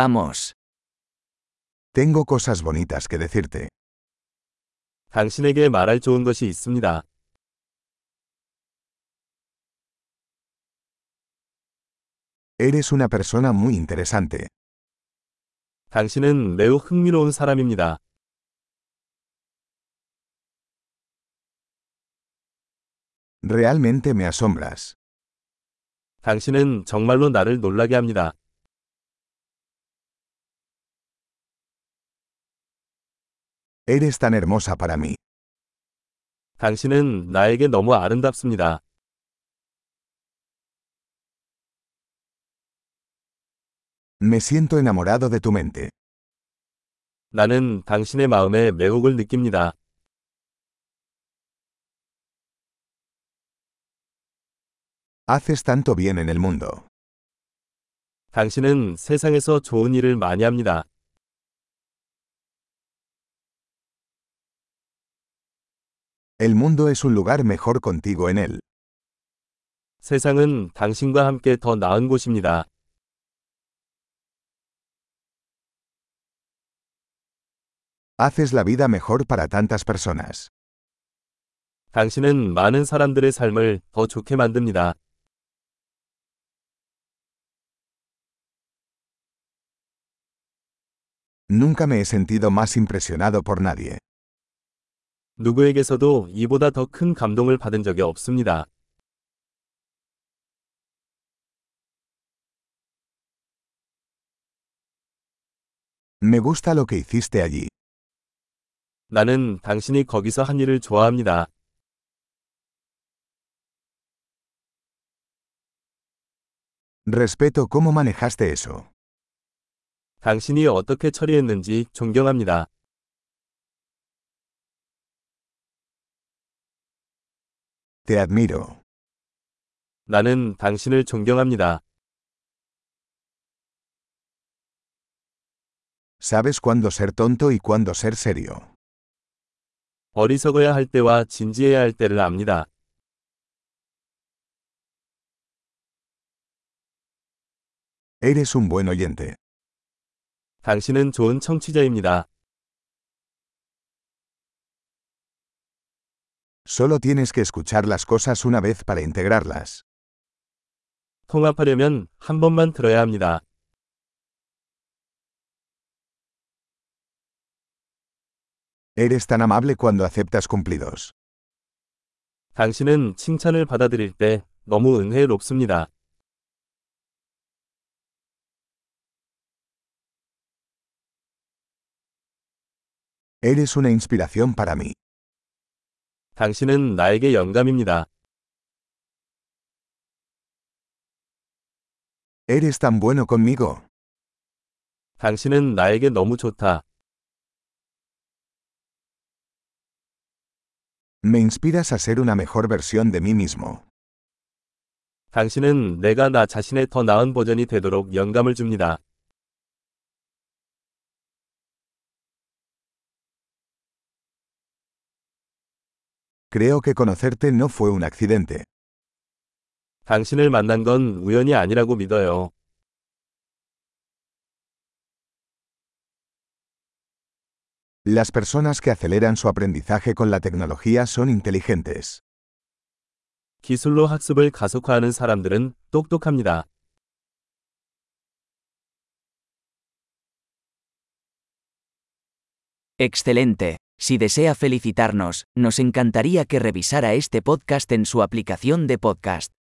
Vamos. Tengo cosas bonitas que decirte. 당신에게 말할 좋은 것이 있습니다. Eres una persona muy interesante. 당신은 매우 흥미로운 사람입니다. Realmente me asombras. 당신은 정말로 나를 놀라게 합니다. Eres tan hermosa para mí. 당신은 나에게 너무 아름답습니다. Me siento enamorado de tu mente. 나는 당신의 마음에 매혹을 느낍니다. Haces tanto bien en el mundo. 당신은 세상에서 좋은 일을 많이 합니다. El mundo es un lugar mejor contigo en él. 세상은 당신과 함께 더 나은 곳입니다. Haces la vida mejor para tantas personas. 당신은 많은 사람들의 삶을 더 좋게 만듭니다. Nunca me he sentido más impresionado por nadie. 누구에게서도 이보다 더 큰 감동을 받은 적이 없습니다. Me gusta lo que hiciste allí. 나는 당신이 거기서 한 일을 좋아합니다. Respeto cómo manejaste eso. 당신이 어떻게 처리했는지 존경합니다. Te admiro. 나는 당신을 존경합니다. Sabes cuándo ser tonto y cuándo ser serio. 어리석어야 할 때와 진지해야 할 때를 압니다. Eres un buen oyente. 당신은 좋은 청취자입니다. Solo tienes que escuchar las cosas una vez para integrarlas. 통합하려면 한 번만 들어야 합니다. Eres tan amable cuando aceptas cumplidos. 당신은 칭찬을 받아들일 때 너무 은혜롭습니다. Eres una inspiración para mí. 당신은 나에게 영감입니다. Eres tan bueno conmigo. 당신은 나에게 너무 좋다. Me inspiras a ser una mejor versión de mí mismo. 당신은 내가 나 자신의 더 나은 버전이 되도록 영감을 줍니다. Creo que conocerte no fue un accidente. 당신을 만난 건 우연이 아니라고 믿어요. Las personas que aceleran su aprendizaje con la tecnología son inteligentes. 기술로 학습을 가속화하는 사람들은 똑똑합니다. Excelente. Si desea felicitarnos, nos encantaría que revisara este podcast en su aplicación de podcast.